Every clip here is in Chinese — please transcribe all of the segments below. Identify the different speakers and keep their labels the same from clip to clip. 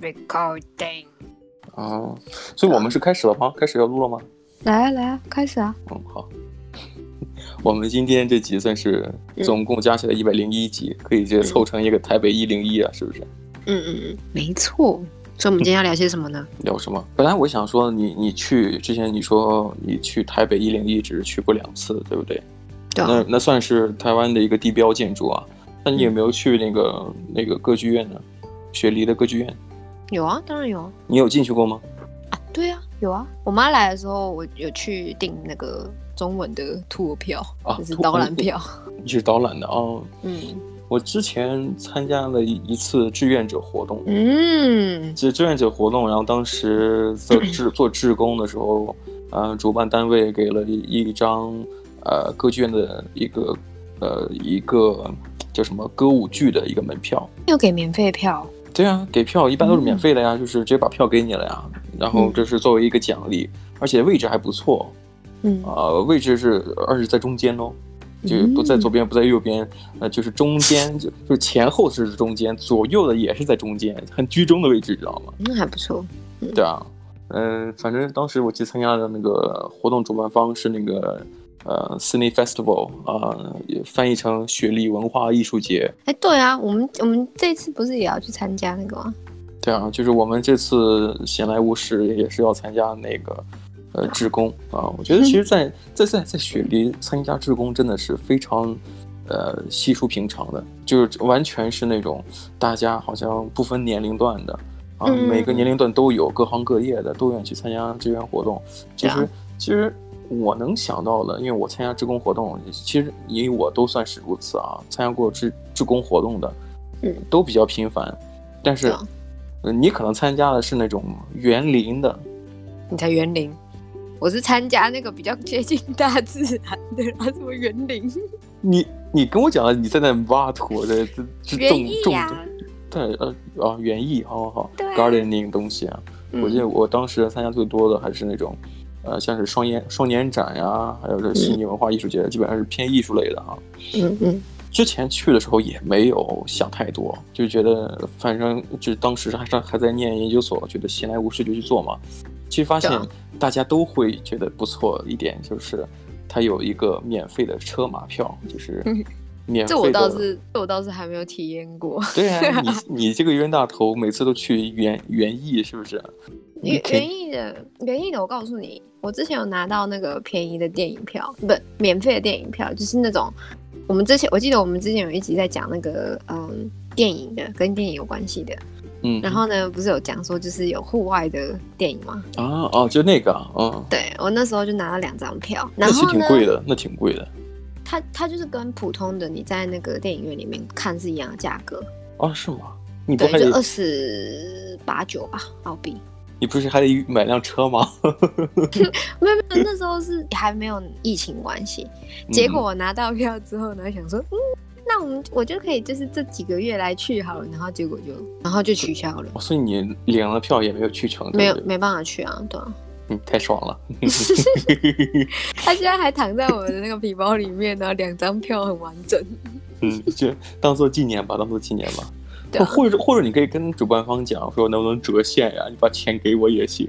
Speaker 1: recording。
Speaker 2: 哦，所以我们是开始了吗？开始要录了吗？
Speaker 1: 来啊来啊，开始啊！
Speaker 2: 嗯，好。 我们今天这集算是
Speaker 1: 嗯
Speaker 2: 总共加起来一百零一集，可以直接凑成一个台北一零一啊，是不是？
Speaker 1: 嗯嗯嗯，没错。所以我们今天要聊些什么呢？
Speaker 2: 聊什么？本来我想说你你去之前你说你去台北一零一只是去过两次，对不对？
Speaker 1: 对啊
Speaker 2: 那那算是台湾的一个地标建筑啊。那
Speaker 1: 嗯
Speaker 2: 你有没有去那个、那个歌剧院呢？雪梨的歌剧院，
Speaker 1: 有啊，当然有啊。
Speaker 2: 你有进去过吗？
Speaker 1: 啊，对啊，有啊。我妈来的时候，我有去订那个中文的 tour 票，
Speaker 2: 啊
Speaker 1: 就是
Speaker 2: ，tour
Speaker 1: 导览票。
Speaker 2: 你是导览的哦。
Speaker 1: 嗯
Speaker 2: 我之前参加了一一次志愿者活动，
Speaker 1: 嗯
Speaker 2: 志志愿者活动，然后当时做 志做志工的时候，嗯、主办单位给了一一张呃歌剧院的一个呃一个叫什么歌舞剧的一个门票。
Speaker 1: 又给免费票。
Speaker 2: 对啊，给票一般都是免
Speaker 1: 嗯
Speaker 2: 费的呀，就是直接把票给你了呀。然后
Speaker 1: 嗯
Speaker 2: 这是作为一个奖励，而且位置还不错，
Speaker 1: 嗯
Speaker 2: 呃，位置是而且在中间哦。就不在
Speaker 1: 嗯
Speaker 2: 左边，不在右边，呃，就是中间，就就前后是中间，左右的也是在中间，很居中的位置，知道吗？
Speaker 1: 那、还不错。
Speaker 2: 对啊，嗯、反正当时我去参加的那个活动主办方是那个呃 Cine Festival 啊、也翻译成雪梨文化艺术节。
Speaker 1: 哎，对啊，我们我们这次不是也要去参加那个吗？
Speaker 2: 对啊，就是我们这次闲来无事也是要参加那个呃志工啊。我觉得其实在，在在在雪梨参加志工真的是非常。呃，稀疏平常的，就是完全是那种大家好像不分年龄段的啊，
Speaker 1: 嗯
Speaker 2: 每个年龄段都有，各行各业的都愿意去参加志愿活动。其
Speaker 1: 对啊
Speaker 2: 实，其实我能想到的，因为我参加志工活动，其实以我都算是如此啊，参加过志志工活动的，
Speaker 1: 嗯，
Speaker 2: 都比较频繁。但是
Speaker 1: 对啊，
Speaker 2: 呃你可能参加的是那种园林的，
Speaker 1: 你才园林，我是参加那个比较接近大自然的， 啊，什么园林？
Speaker 2: 你你跟我讲了，你在那挖土的，这这这
Speaker 1: 园
Speaker 2: 种
Speaker 1: 艺
Speaker 2: 种
Speaker 1: 呀、
Speaker 2: 对呃啊园艺，好好好
Speaker 1: 对啊
Speaker 2: ，gardening 东西啊，
Speaker 1: 嗯
Speaker 2: 我记得我当时参加最多的还是那种。呃，像是双年双年展呀、还有这悉尼文化艺术节，基本上是偏艺术类的啊。
Speaker 1: 嗯嗯，
Speaker 2: 之前去的时候也没有想太多，就觉得反正就当时还上还在念研究所，觉得闲来无事就去做嘛。其实发现
Speaker 1: 对啊
Speaker 2: 大家都会觉得不错一点，就是它有一个免费的车马票，就是
Speaker 1: 嗯
Speaker 2: 免费
Speaker 1: 这
Speaker 2: 的。
Speaker 1: 我倒是，这我倒是还没有体验过。
Speaker 2: 对 啊，你你这个冤大头，每次都去园园艺是不是？你
Speaker 1: 园
Speaker 2: 肯
Speaker 1: 园艺的园艺的，我告诉你，我之前有拿到那个便宜的电影票，不，免费的电影票，就是那种我们之前我记得我们之前有一集在讲那个嗯电影的，跟电影有关系的。
Speaker 2: 嗯，
Speaker 1: 然后呢，不是有讲说就是有户外的电影吗？
Speaker 2: 啊哦，就那个啊，嗯，
Speaker 1: 对我那时候就拿了两张票，然
Speaker 2: 那其
Speaker 1: 后
Speaker 2: 实
Speaker 1: 呢，
Speaker 2: 挺贵的，那挺贵的
Speaker 1: 它它就是跟普通的你在那个电影院里面看是一样的价格，
Speaker 2: 啊，是吗？你不
Speaker 1: 对
Speaker 2: 还，
Speaker 1: 就呃
Speaker 2: 得
Speaker 1: 二十八九吧，澳币。
Speaker 2: 你不是还得买辆车吗？
Speaker 1: 没有没有，那时候是还没有疫情关系。结果我拿到票之后呢，想说，嗯，那我们我就可以就是这几个月来去好了，然后结果就然后就取消了，
Speaker 2: 哦，所以你领了票也没有去成，对不
Speaker 1: 没有
Speaker 2: 对
Speaker 1: 没办法去啊， 对啊。
Speaker 2: 嗯，太爽了。
Speaker 1: 他现在还躺在我的那个皮包里面，然后两张票很完整，
Speaker 2: 嗯，就当做纪念吧，当做纪念吧。
Speaker 1: 对啊，
Speaker 2: 或者或者你可以跟主办方讲，说能不能折现呀、你把钱给我也行。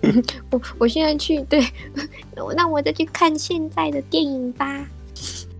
Speaker 1: 我我现在去，对， 那我再去看现在的电影吧。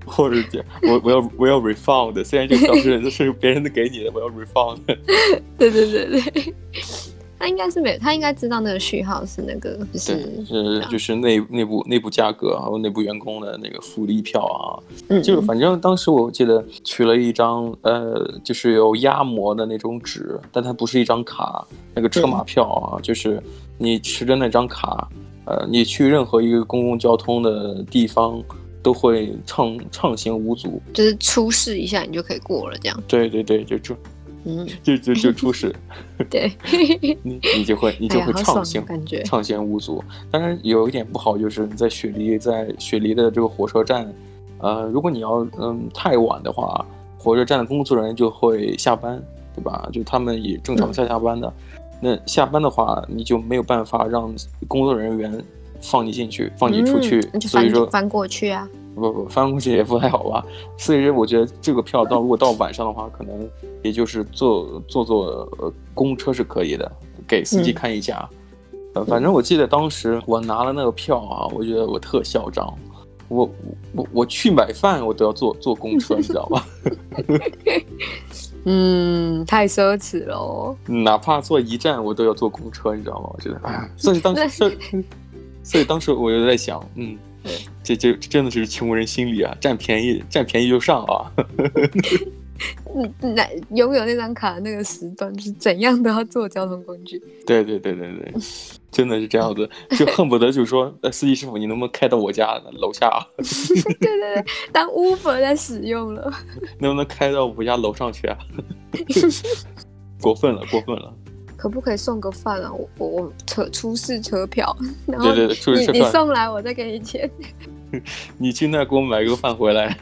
Speaker 2: 或者这样我我要我要 refund，虽然这个票是是别人的给你的，我要 refund。
Speaker 1: 对对对对， 他应该是没有，他应该知道那个序号是那个，就是
Speaker 2: 对，是就是内内部内部价格，还有内部员工的那个福利票啊。
Speaker 1: 嗯，
Speaker 2: 就是反正当时我记得取了一张呃，就是有压模的那种纸，但它不是一张卡，那个车马票啊，就是你持着那张卡，呃，你去任何一个公共交通的地方都会畅畅行无阻。
Speaker 1: 就是出示一下你就可以过了这样。
Speaker 2: 对对对，就出
Speaker 1: 嗯，
Speaker 2: 就就就出事，
Speaker 1: 对，
Speaker 2: 你你就会你就
Speaker 1: 哎呀
Speaker 2: 会
Speaker 1: 好
Speaker 2: 畅
Speaker 1: 爽
Speaker 2: 行
Speaker 1: 的感觉
Speaker 2: 畅行无阻。当然有一点不好就是你在雪梨，在雪梨的这个火车站，呃，如果你要嗯太晚的话，火车站的工作人员就会下班，对吧？就他们也正常
Speaker 1: 嗯
Speaker 2: 下下班的。那下班的话，你就没有办法让工作人员放你进去，放你出去，
Speaker 1: 嗯、那就
Speaker 2: 所以
Speaker 1: 翻
Speaker 2: 说
Speaker 1: 翻过去啊。
Speaker 2: 不不，翻过去也不太好吧。所以我觉得这个票到如果到晚上的话，可能也就是坐坐坐呃公车是可以的，给司机看一下。呃，反正我记得当时我拿了那个票啊，我觉得我特嚣张，我我我去买饭我都要坐坐公车，你知道吧？
Speaker 1: 嗯，太奢侈哦喽。
Speaker 2: 哪怕坐一站我都要坐公车，你知道吗？我觉得，哎呀，所以当时，所以当时我就在想，嗯。这这真的是穷人心理啊！占便宜占便宜就上啊！
Speaker 1: 嗯那拥有那张卡的那个时段，就是怎样都要坐交通工具。
Speaker 2: 对对对对对，真的是这样子，就恨不得就说，呃，司机师傅，你能不能开到我家楼下、啊？
Speaker 1: 对对对，当 Uber 在使用了，
Speaker 2: 能不能开到我家楼上去啊？ 过分了，过分了。
Speaker 1: 可不可以送个饭啊？我我我车出示车票， 然后
Speaker 2: 对对对，出
Speaker 1: 哦
Speaker 2: 去
Speaker 1: 你
Speaker 2: 吃
Speaker 1: 你
Speaker 2: 饭。
Speaker 1: 送来我再给你钱。
Speaker 2: 你去那儿给我买个饭回来。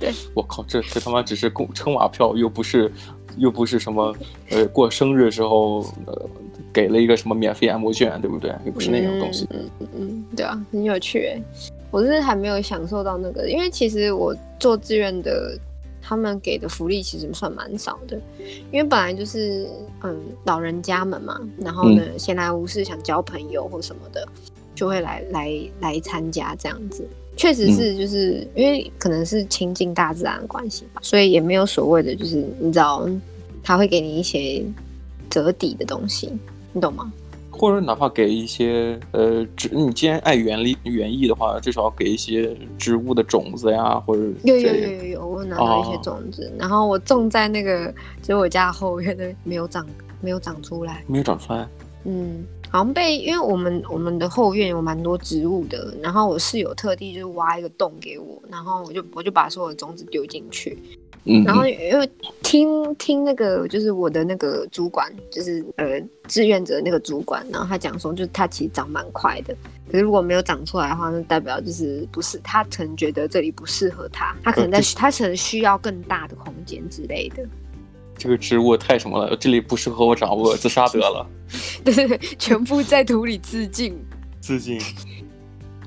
Speaker 1: 对，
Speaker 2: 我靠，这这他妈只是公车马票，又不是又不是什么呃过生日时候呃给了一个什么免费按摩券，对不对？又不是那种东西。
Speaker 1: 嗯嗯嗯，对啊，很有趣欸。我是还没有享受到那个，因为其实我做志愿的，他们给的福利其实算蛮少的，因为本来就是嗯老人家们嘛，然后呢
Speaker 2: 嗯
Speaker 1: 闲来无事想交朋友或什么的，就会来来来参加这样子。确实
Speaker 2: 嗯
Speaker 1: 是，就是、因为可能是亲近大自然的关系吧，所以也没有所谓的，就是你知道，他会给你一些折抵的东西，你懂吗？
Speaker 2: 或者哪怕给一些呃植，你既然爱园艺园艺的话，至少给一些植物的种子呀，或者
Speaker 1: 有
Speaker 2: 这
Speaker 1: 有有有有，我拿到一些
Speaker 2: 哦
Speaker 1: 种子，然后我种在那个就是我家后院的，没有长没有长出来，
Speaker 2: 没有长出来。
Speaker 1: 嗯，好像被因为我们我们的后院有蛮多植物的，然后我室友特地就是挖一个洞给我，然后我就我就把所有的种子丢进去，
Speaker 2: 嗯，
Speaker 1: 然后因为听听那个就是我的那个主管，就是呃志愿者那个主管，然后他讲说，就是他其实长蛮快的，可是如果没有长出来的话，那代表就是不是他可能觉得这里不适合他，他可能在、
Speaker 2: 呃这
Speaker 1: 他可能需要更大的空间之类的，
Speaker 2: 这个植物太什么了，这里不适合我长，我自杀得了。
Speaker 1: 对对对，全部在土里自尽，
Speaker 2: 自尽。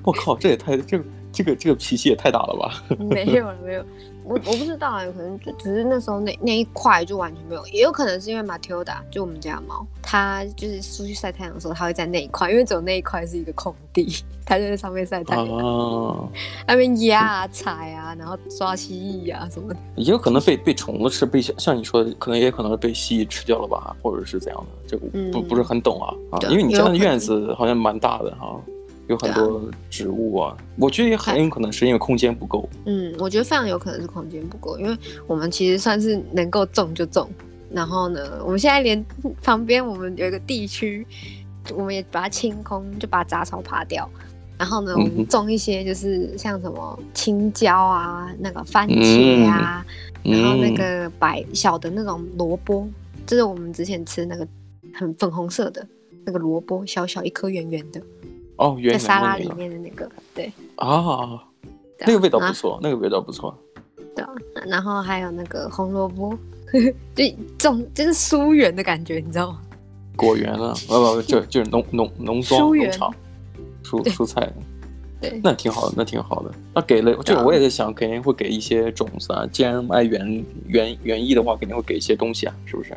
Speaker 2: 我靠，这也太这这个这个脾气也太大了吧？
Speaker 1: 没有了没有。我我不知道啊，可能就只是那时候那那一块就完全没有，也有可能是因为马 d 达，就我们家的猫，它就是出去晒太阳的时候，它会在那一块，因为只有那一块是一个空地，它就在上面晒太阳，
Speaker 2: 啊，
Speaker 1: 那边压啊、踩啊，然后抓蜥蜴啊什么的。
Speaker 2: 也有可能被被虫子吃，被像像你说的，可能也可能被蜥蜴吃掉了吧，或者是怎样的？这个我不、
Speaker 1: 嗯
Speaker 2: 不是很懂啊啊，
Speaker 1: 对
Speaker 2: 因为你
Speaker 1: 也有可
Speaker 2: 家的
Speaker 1: 能
Speaker 2: 院子好像蛮大的哈、有很
Speaker 1: 对啊
Speaker 2: 多植物啊，我觉得也很有可能是因为空间不够。
Speaker 1: 嗯，我觉得非常有可能是空间不够，因为我们其实算是能够种就种，然后呢，我们现在连旁边我们有一个地区，我们也把它清空，就把杂草拔掉。然后呢，我
Speaker 2: 嗯
Speaker 1: 们种一些就是像什么青椒啊，那个番茄啊，然后那
Speaker 2: 嗯，
Speaker 1: 个白小的那种萝卜，就是我们之前吃那个很粉红色的那个萝卜，小小一颗圆圆的，
Speaker 2: 哦，
Speaker 1: 在
Speaker 2: 原来
Speaker 1: 沙拉
Speaker 2: 那
Speaker 1: 里
Speaker 2: 个
Speaker 1: 面的那个，对，
Speaker 2: 啊，
Speaker 1: 对啊
Speaker 2: 那个味道不
Speaker 1: 啊
Speaker 2: 错，那个味道不错。
Speaker 1: 对啊，然后还有那个红萝卜， 就种就是疏远的感觉，你知道吗？
Speaker 2: 果园啊，不不不，就就是农农 农庄
Speaker 1: 蔬园
Speaker 2: 农场，蔬蔬菜，
Speaker 1: 对
Speaker 2: 那挺好的，那挺好的。那给了，
Speaker 1: 对
Speaker 2: 这
Speaker 1: 啊
Speaker 2: 个我也在想，肯定会给一些种子啊。既然爱园园园艺的话，肯定会给一些东西啊，是不是？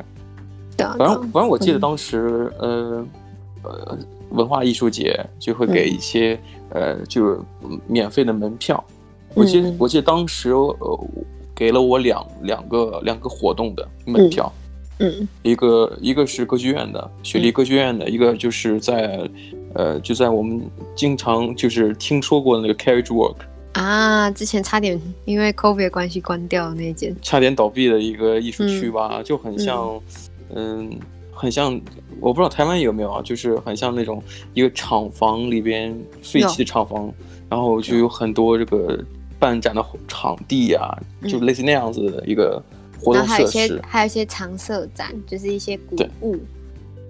Speaker 1: 对啊，对
Speaker 2: 反正
Speaker 1: 啊
Speaker 2: 反正我记得
Speaker 1: 嗯
Speaker 2: 当时，呃呃，文化艺术节就会
Speaker 1: 嗯
Speaker 2: 给一些、呃，就是免费的门票。我记得、
Speaker 1: 嗯
Speaker 2: 我记得当时呃，给了我两两个两个活动的门票。
Speaker 1: 嗯
Speaker 2: 一个一个是歌剧院的雪梨
Speaker 1: 嗯
Speaker 2: 歌剧院的，一个就是在，呃，就在我们经常就是听说过的那个 Carriage Walk，
Speaker 1: 啊，之前差点因为 COVID 的关系关掉的那一间，
Speaker 2: 差点倒闭的一个艺术区吧，就很像，嗯、很像，我不知道台湾有没有啊，就是很像那种一个厂房里边废弃的厂房，然后就有很多这个办展的场地啊，
Speaker 1: 嗯
Speaker 2: 就类似那样子的一个活
Speaker 1: 然
Speaker 2: 动
Speaker 1: 后还有
Speaker 2: 设
Speaker 1: 一些
Speaker 2: 施。
Speaker 1: 还有一些常设展，就是一些古
Speaker 2: 对
Speaker 1: 物，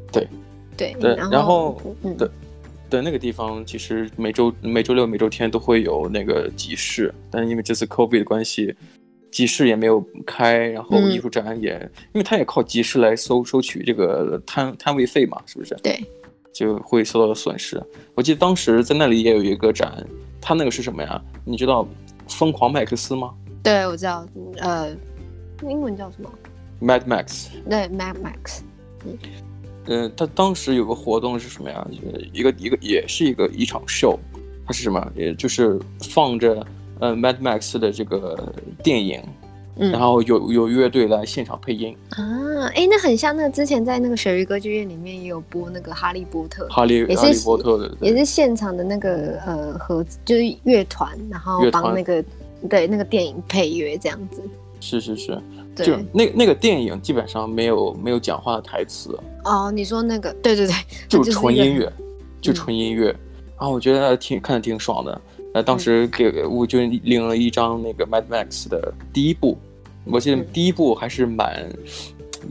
Speaker 2: 对
Speaker 1: 对
Speaker 2: 对，然
Speaker 1: 后
Speaker 2: 后
Speaker 1: 嗯
Speaker 2: 对对，那个地方其实每周每周六、每周天都会有那个集市，但是因为这次 COVID 的关系，集市也没有开，然后
Speaker 1: 嗯
Speaker 2: 艺术展也，因为它也靠集市来收收取这个摊摊位费嘛，是不是？
Speaker 1: 对，
Speaker 2: 就会受到损失。我记得当时在那里也有一个展，他那个是什么呀？你知道《疯狂麦克斯》吗
Speaker 1: 对，我知道，呃，英文叫什么？
Speaker 2: ？Mad Max，
Speaker 1: 对，Mad Max。
Speaker 2: 呃，他当时有个活动是什么呀？就是一个一个也是一个一场 show，它是什么？也就是放着呃 Mad Max 的这个电影，
Speaker 1: 嗯
Speaker 2: 然后有有乐队来现场配音，
Speaker 1: 啊，哎，那很像那个之前在那个水鱼歌剧院里面也有播那个《哈利波特》，
Speaker 2: 哈利
Speaker 1: 也是
Speaker 2: 哈利波特的
Speaker 1: 也
Speaker 2: 对
Speaker 1: 是现场的那个呃合，就是乐团，然后
Speaker 2: 乐团
Speaker 1: 帮那个对那个电影配乐这样子。
Speaker 2: 是是是，就
Speaker 1: 对，
Speaker 2: 那那个电影基本上没有没有讲话的台词，
Speaker 1: 哦，你说那个，对对对，
Speaker 2: 就
Speaker 1: 它是
Speaker 2: 纯
Speaker 1: 一个嗯
Speaker 2: 音乐，就纯音乐。然后我觉得挺看的挺爽的。呃，
Speaker 1: 嗯
Speaker 2: 当时给我就领了一张那个 Mad Max 的第一部，我记得
Speaker 1: 嗯
Speaker 2: 第一部还是蛮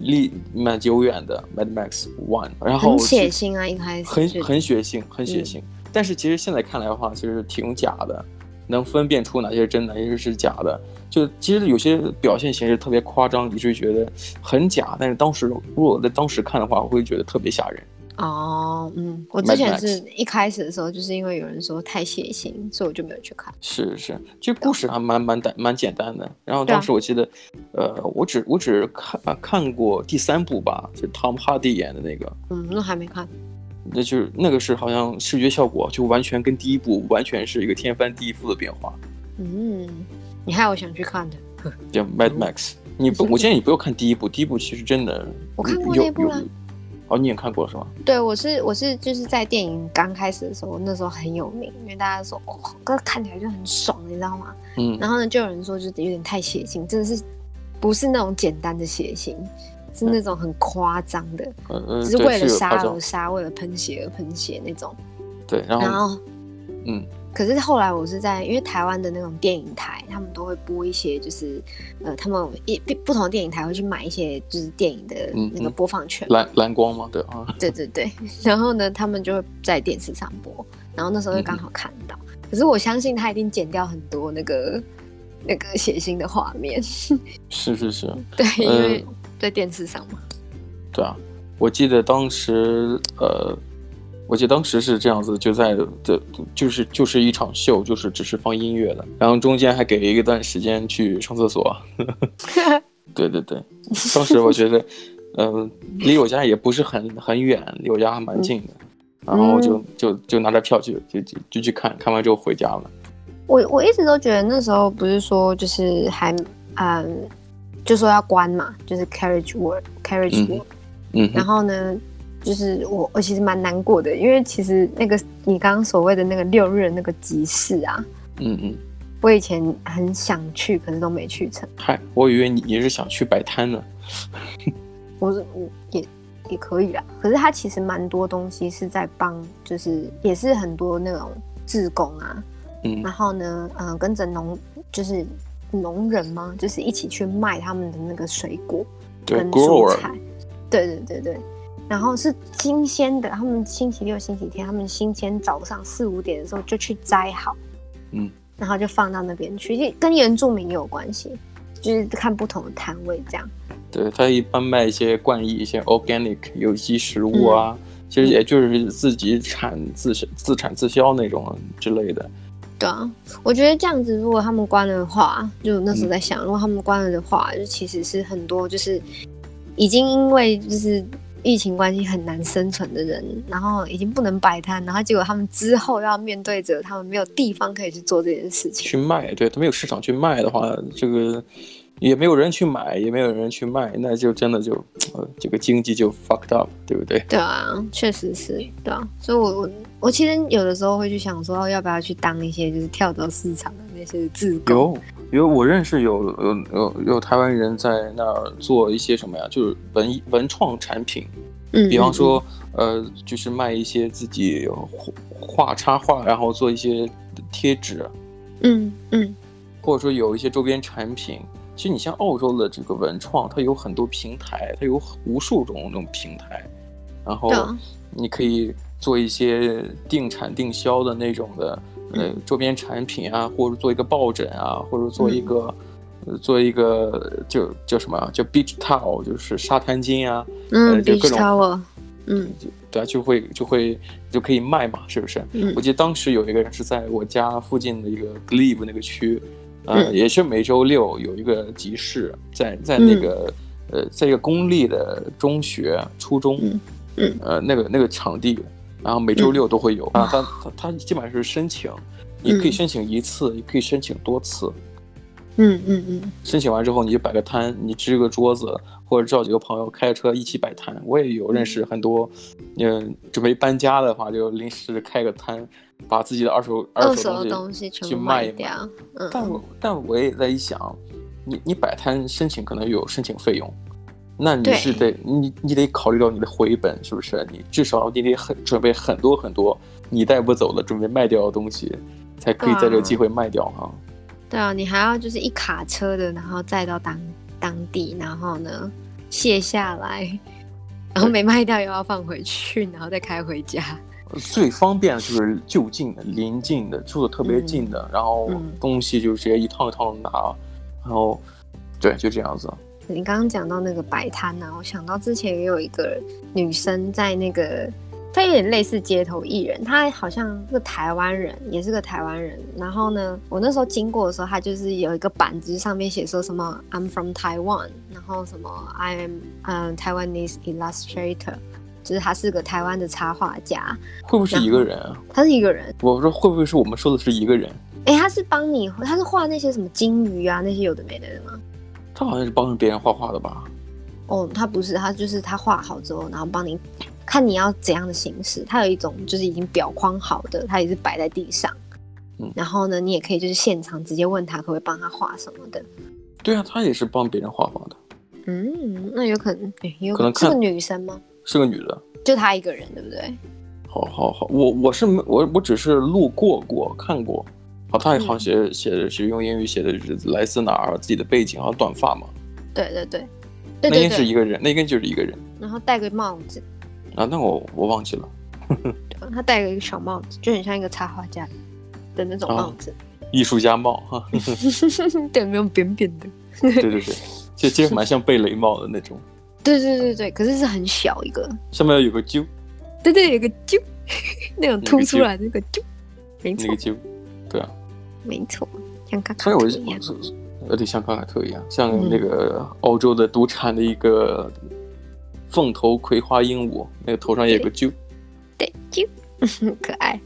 Speaker 2: 历蛮久远的 Mad Max One。然后
Speaker 1: 很
Speaker 2: 我
Speaker 1: 血
Speaker 2: 去
Speaker 1: 腥啊，一开始嗯
Speaker 2: 很
Speaker 1: 就
Speaker 2: 很血腥，很血腥。但是其实现在看来的话，其实挺假的，能分辨出哪些是真的，哪些是假的。就其实有些表现形式特别夸张，你就觉得很假。但是当时如果我在当时看的话，我会觉得特别吓人。
Speaker 1: 哦，嗯，我
Speaker 2: Mad
Speaker 1: 之前
Speaker 2: Max
Speaker 1: 是一开始的时候，就是因为有人说太血腥，所以我就没有去看。
Speaker 2: 是是，这故事还蛮蛮单蛮简单的。然后
Speaker 1: 啊对啊
Speaker 2: 当时我记得，呃，我只我只看、啊看过第三部吧，是汤姆哈迪演的那个，
Speaker 1: 嗯，那还没看。
Speaker 2: 那就是那个是好像视觉效果就完全跟第一部完全是一个天翻地覆的变化。
Speaker 1: 嗯，你害我想去看的。
Speaker 2: 叫
Speaker 1: 哦
Speaker 2: Mad Max，你不，我建议你不要看第一部，第一部其实真的，
Speaker 1: 我看过
Speaker 2: 有
Speaker 1: 那部啊啦。
Speaker 2: 有哦，你也看过了是吧？
Speaker 1: 对，我是我是就是在电影刚开始的时候，那时候很有名，因为大家说哦，哥看起来就很爽，你知道吗？
Speaker 2: 嗯，
Speaker 1: 然后呢，就有人说就是有点太血腥，真的是不是那种简单的血腥，是那种很夸张的，
Speaker 2: 呃呃，
Speaker 1: 只是
Speaker 2: 对
Speaker 1: 为了
Speaker 2: 有
Speaker 1: 杀
Speaker 2: 夸张
Speaker 1: 而，杀，为了喷血而喷血那种。
Speaker 2: 对，然
Speaker 1: 然
Speaker 2: 后
Speaker 1: 后
Speaker 2: 嗯，
Speaker 1: 可是后来我是在，因为台湾的那种电影台，他们都会播一些，就是呃，他们一不不同的电影台会去买一些就是电影的
Speaker 2: 嗯
Speaker 1: 那个
Speaker 2: 嗯
Speaker 1: 播放权，
Speaker 2: 蓝蓝光嘛，对啊，
Speaker 1: 对对对。 然后呢，他们就会在电视上播，然后那时候就刚好
Speaker 2: 嗯
Speaker 1: 看到。可是我相信他一定剪掉很多那个那个血腥的画面，
Speaker 2: 是是是，
Speaker 1: 对，因为
Speaker 2: 呃
Speaker 1: 在电视上嘛，
Speaker 2: 对啊，我记得当时，呃，我记得当时是这样子，就在这，就是就是一场秀，就是只是放音乐的，然后中间还给了一段时间去上厕所。对对对，当时我觉得，嗯、离我家也不是很很远，离我家还蛮近的，然后我就就就拿着票去就就就去看看完之后回家了。
Speaker 1: 我我一直都觉得那时候不是说就是还嗯，就说要关嘛，就是 carriage war carriage
Speaker 2: 嗯
Speaker 1: war，、
Speaker 2: 嗯哼
Speaker 1: 然后呢，就是我我其实蛮难过的，因为其实那个你刚刚所谓的那个六日的那个集市啊，
Speaker 2: 嗯嗯，
Speaker 1: 我以前很想去，可是都没去成。
Speaker 2: 嗨，我以为你你是想去摆摊呢。
Speaker 1: 我是我也也可以啦，可是它其实蛮多东西是在帮，就是也是很多那种志工啊，
Speaker 2: 嗯
Speaker 1: 然后呢，嗯、跟着农就是农人嘛，就是一起去卖他们的那个水果
Speaker 2: 对
Speaker 1: 跟蔬
Speaker 2: ，grower，
Speaker 1: 菜，对对对对。然后是新鲜的，他们星期六、星期天，他们新鲜早上四五点的时候就去摘好，
Speaker 2: 嗯，
Speaker 1: 然后就放到那边去，就跟原住民也有关系，就是看不同的摊位这样。
Speaker 2: 对他一般卖一些冠益、一些 organic 有机食物啊，其实也就是自己产自自产自销那种之类的。
Speaker 1: 对啊，我觉得这样子，如果他们关了的话，就那时候在
Speaker 2: 嗯
Speaker 1: 想，如果他们关了的话，就其实是很多就是已经因为就是疫情关系很难生存的人，然后已经不能摆摊，然后结果他们之后要面对着他们没有地方可以去做这件事情。
Speaker 2: 去卖，对他没有市场去卖的话，这个也没有人去买，也没有人去卖，那就真的就呃这个经济就 fucked up，对不对？
Speaker 1: 对啊，确实是，对啊，所以我我我其实有的时候会去想说，要不要去当一些就是跳蚤市场的那些自工，
Speaker 2: 有有，我认识有有有有台湾人在那儿做一些什么呀，就是文艺文创产品，
Speaker 1: 嗯，
Speaker 2: 比方
Speaker 1: 嗯，
Speaker 2: 说，呃，就是卖一些自己画画插画，然后做一些贴纸，
Speaker 1: 嗯嗯
Speaker 2: 或者说有一些周边产品。其实你像澳洲的这个文创，它有很多平台，它有无数种那种平台，然后
Speaker 1: 对啊
Speaker 2: 你可以做一些定产定销的那种的
Speaker 1: 嗯
Speaker 2: 呃周边产品啊，或者做一个抱枕啊，或者做
Speaker 1: 嗯
Speaker 2: 一个、呃做一呃个就叫什么啊叫 beach towel，就是沙滩巾啊，
Speaker 1: 嗯
Speaker 2: 呃就各
Speaker 1: ，Beach
Speaker 2: 种
Speaker 1: Tower，嗯
Speaker 2: 对啊，就会就会就可以卖嘛，是不是？
Speaker 1: 嗯
Speaker 2: 我记得当时有一个人是在我家附近的一个 Glebe 那个区，呃，
Speaker 1: 嗯
Speaker 2: 也是每周六有一个集市，在在那
Speaker 1: 嗯
Speaker 2: 个、呃，在一个公立的中学、初中，
Speaker 1: 嗯嗯
Speaker 2: 呃，那个那个场地，然后每周六都会有、啊，他他他基本上是申请，你可以
Speaker 1: 嗯
Speaker 2: 申请一次，也可以申请多次，
Speaker 1: 嗯嗯嗯，
Speaker 2: 申请完之后，你就摆个摊，你支个桌子，或者找几个朋友开着车一起摆摊。我也有认识很多，嗯，准备搬家的话，就临时开个摊，把自己的二手
Speaker 1: 二
Speaker 2: 手
Speaker 1: 手的
Speaker 2: 东
Speaker 1: 东
Speaker 2: 西。
Speaker 1: 西全
Speaker 2: 去
Speaker 1: 部
Speaker 2: 卖一卖
Speaker 1: 掉，嗯
Speaker 2: 但我但我也在一想，你你摆摊申请可能有申请费用，那你
Speaker 1: 对
Speaker 2: 是得你你得考虑到你的回本是不是？你至少你得很准备很多很多你带不走的准备卖掉的东西，才可以在这
Speaker 1: 嗯
Speaker 2: 个机会卖掉啊。
Speaker 1: 对啊，你还要就是一卡车的，然后载到当当地，然后呢卸下来，然后没卖掉又要放回去，然后再开回家。
Speaker 2: 最方便的就是就近的、临近的、住的特别近的，然后
Speaker 1: 嗯
Speaker 2: 东西就直接一趟一趟拿，然后对，就这样子。
Speaker 1: 你刚刚讲到那个摆摊呢、我想到之前也有一个女生在那个，她有点类似街头艺人，她好像是个台湾人，也是个台湾人。然后呢，我那时候经过的时候，她就是有一个板子上面写说什么 “I'm from Taiwan”，然后什么 “I am 嗯、Taiwanese illustrator”，就是她是个台湾的插画家，
Speaker 2: 会不会是一个人啊？
Speaker 1: 她是一个人。
Speaker 2: 我说会不会是我们说的是一个人？
Speaker 1: 诶，她是帮你，她是画那些什么金鱼啊那些有的没的的吗？
Speaker 2: 他好像是帮着别人画画的吧？
Speaker 1: 哦，他不是，他就是他画好之后，然后帮你看你要怎样的形式。它有一种就是已经裱框好的，它也是摆在地上。
Speaker 2: 嗯
Speaker 1: 然后呢，你也可以就是现场直接问他可不可以帮他画什么的。
Speaker 2: 对啊，他也是帮别人画画的，
Speaker 1: 嗯，那有可能，哎有
Speaker 2: 可能
Speaker 1: 是
Speaker 2: 看
Speaker 1: 个女生吗？
Speaker 2: 是个女的。
Speaker 1: 就她一个人，对不对？
Speaker 2: 好好好，我我是没我我只是路过过看过。好，他也好
Speaker 1: 嗯
Speaker 2: 像写写的是用英语写的是来自哪儿，自己的背景，好像短发嘛，
Speaker 1: 对对对，对
Speaker 2: 那
Speaker 1: 对
Speaker 2: 应该是一
Speaker 1: 对。
Speaker 2: 个人，那应该就是一个人
Speaker 1: 然后戴个帽子，
Speaker 2: 啊。那我我忘记了。
Speaker 1: 他戴了一个小帽子，就很像一个插画家的那种
Speaker 2: 哦
Speaker 1: 帽子，
Speaker 2: 艺术家帽哈，
Speaker 1: 对，没有扁扁的。
Speaker 2: 对对对，就其实蛮像贝雷帽的那种，
Speaker 1: 对对对对，可是是很小一个，
Speaker 2: 上面有个揪，
Speaker 1: 对对，有个啾， 那种凸出
Speaker 2: 有个啾
Speaker 1: 来的那个啾，没
Speaker 2: 那
Speaker 1: 错
Speaker 2: 个揪，对啊，
Speaker 1: 没错，像卡
Speaker 2: 所
Speaker 1: 卡
Speaker 2: 以
Speaker 1: 图
Speaker 2: 我
Speaker 1: 一样。
Speaker 2: 就有点像卡卡特一样，像
Speaker 1: 嗯
Speaker 2: 那个欧洲的独产的一个凤头葵花鹦鹉，那个头上也有个揪，
Speaker 1: 对，啾， 很可爱。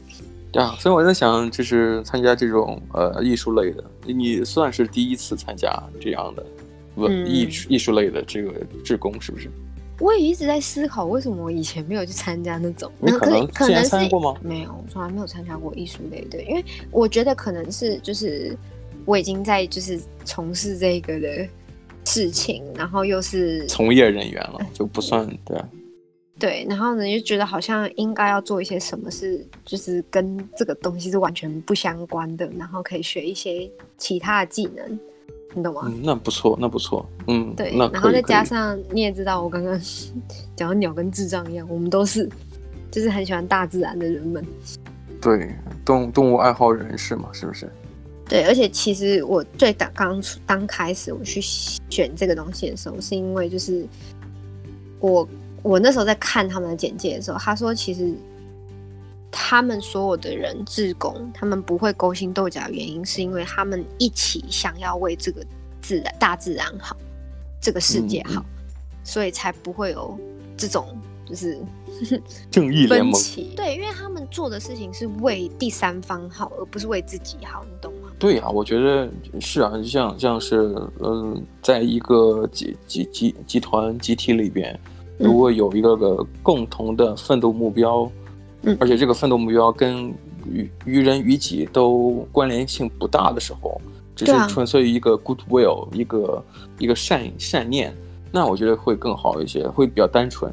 Speaker 2: 对啊，所以我在想，就是参加这种呃艺术类的，你算是第一次参加这样的文
Speaker 1: 嗯
Speaker 2: 艺术艺术类的这个志工，是不是？
Speaker 1: 我也一直在思考，为什么我以前没有去参加那种？
Speaker 2: 你
Speaker 1: 那
Speaker 2: 可能
Speaker 1: 是可
Speaker 2: 之前
Speaker 1: 能是
Speaker 2: 参加过吗
Speaker 1: 没有，我从来没有参加过艺术类的，因为我觉得可能是就是我已经在就是从事这个的事情，然后又是
Speaker 2: 从业人员了就不算对啊，
Speaker 1: 对，然后呢就觉得好像应该要做一些什么事，就是跟这个东西是完全不相关的，然后可以学一些其他的技能，你懂吗？
Speaker 2: 嗯，那不错，那不错，嗯，
Speaker 1: 对，
Speaker 2: 那
Speaker 1: 然后
Speaker 2: 可
Speaker 1: 再
Speaker 2: 以，
Speaker 1: 加
Speaker 2: 可以
Speaker 1: 上你也知道，我刚刚 讲到鸟跟智障一样，我们都是就是很喜欢大自然的人们。
Speaker 2: 对，动动物爱好人士嘛，是不是？
Speaker 1: 对，而且其实我最刚刚出刚开始我去选这个东西的时候，是因为就是我我那时候在看他们的简介的时候，他说其实他们所有的人志工，他们不会勾心斗角的原因，是因为他们一起想要为这个自然大自然好，这个世界好，所以才不会有这种就是
Speaker 2: 正义联
Speaker 1: 分
Speaker 2: 盟，
Speaker 1: 歧。对，因为他们做的事情是为第三方好，而不是为自己好，你懂吗？
Speaker 2: 对啊呀、我觉得是啊，就像像是嗯，在一个集集集集团集体里边，
Speaker 1: 嗯
Speaker 2: 如果有一个个共同的奋斗目标，
Speaker 1: 嗯
Speaker 2: 而且这个奋斗目标跟于于人于己都关联性不大的时候，只是
Speaker 1: 对啊
Speaker 2: 纯粹一个 goodwill，一个一个善善念，那我觉得会更好一些，会比较单纯。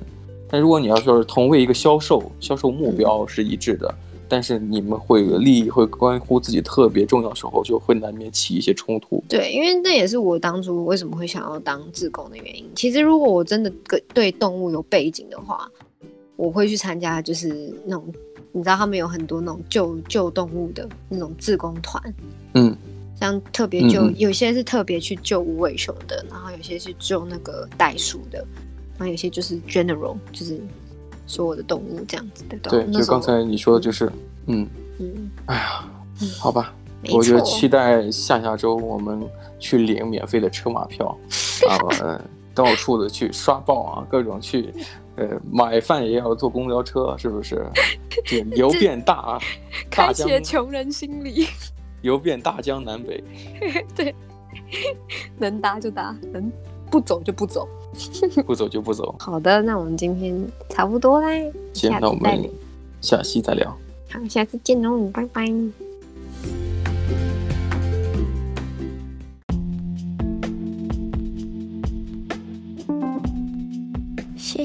Speaker 2: 但如果你要说是同为一个销售，销售
Speaker 1: 嗯
Speaker 2: 目标是一致的，但是你们会利益会关乎自己特别重要的时候，就会难免起一些冲突。
Speaker 1: 对，因为那也是我当初为什么会想要当志工的原因。其实，如果我真的个对动物有背景的话，我会去参加，就是那种你知道他们有很多那种救救动物的那种志工团，
Speaker 2: 嗯，
Speaker 1: 像特别救，
Speaker 2: 嗯嗯
Speaker 1: 有些是特别去救无尾熊的，然后有些是救那个袋鼠的，然后有些就是 general，就是所有的动物这样子的。
Speaker 2: 对，
Speaker 1: 那
Speaker 2: 就
Speaker 1: 时候
Speaker 2: 刚才你说的就是，嗯，
Speaker 1: 嗯，
Speaker 2: 哎呀
Speaker 1: 嗯，
Speaker 2: 好吧，
Speaker 1: 没
Speaker 2: 我就
Speaker 1: 错，
Speaker 2: 期待下下周我们去领免费的车马 票，啊，呃到处的去刷爆啊，各种去，呃，买饭也要坐公交车，是不 是？这游遍大大
Speaker 1: 开
Speaker 2: 江，
Speaker 1: 启了穷人心理，
Speaker 2: 游遍大江南北。
Speaker 1: 对，能搭就搭，能不走就不走。
Speaker 2: 不走就不走。
Speaker 1: 好的，那我们今天差不多啦，
Speaker 2: 行
Speaker 1: 下，
Speaker 2: 那我
Speaker 1: 次再
Speaker 2: 们
Speaker 1: 聊，
Speaker 2: 下期再聊。
Speaker 1: 好，下次见喽，拜拜。谢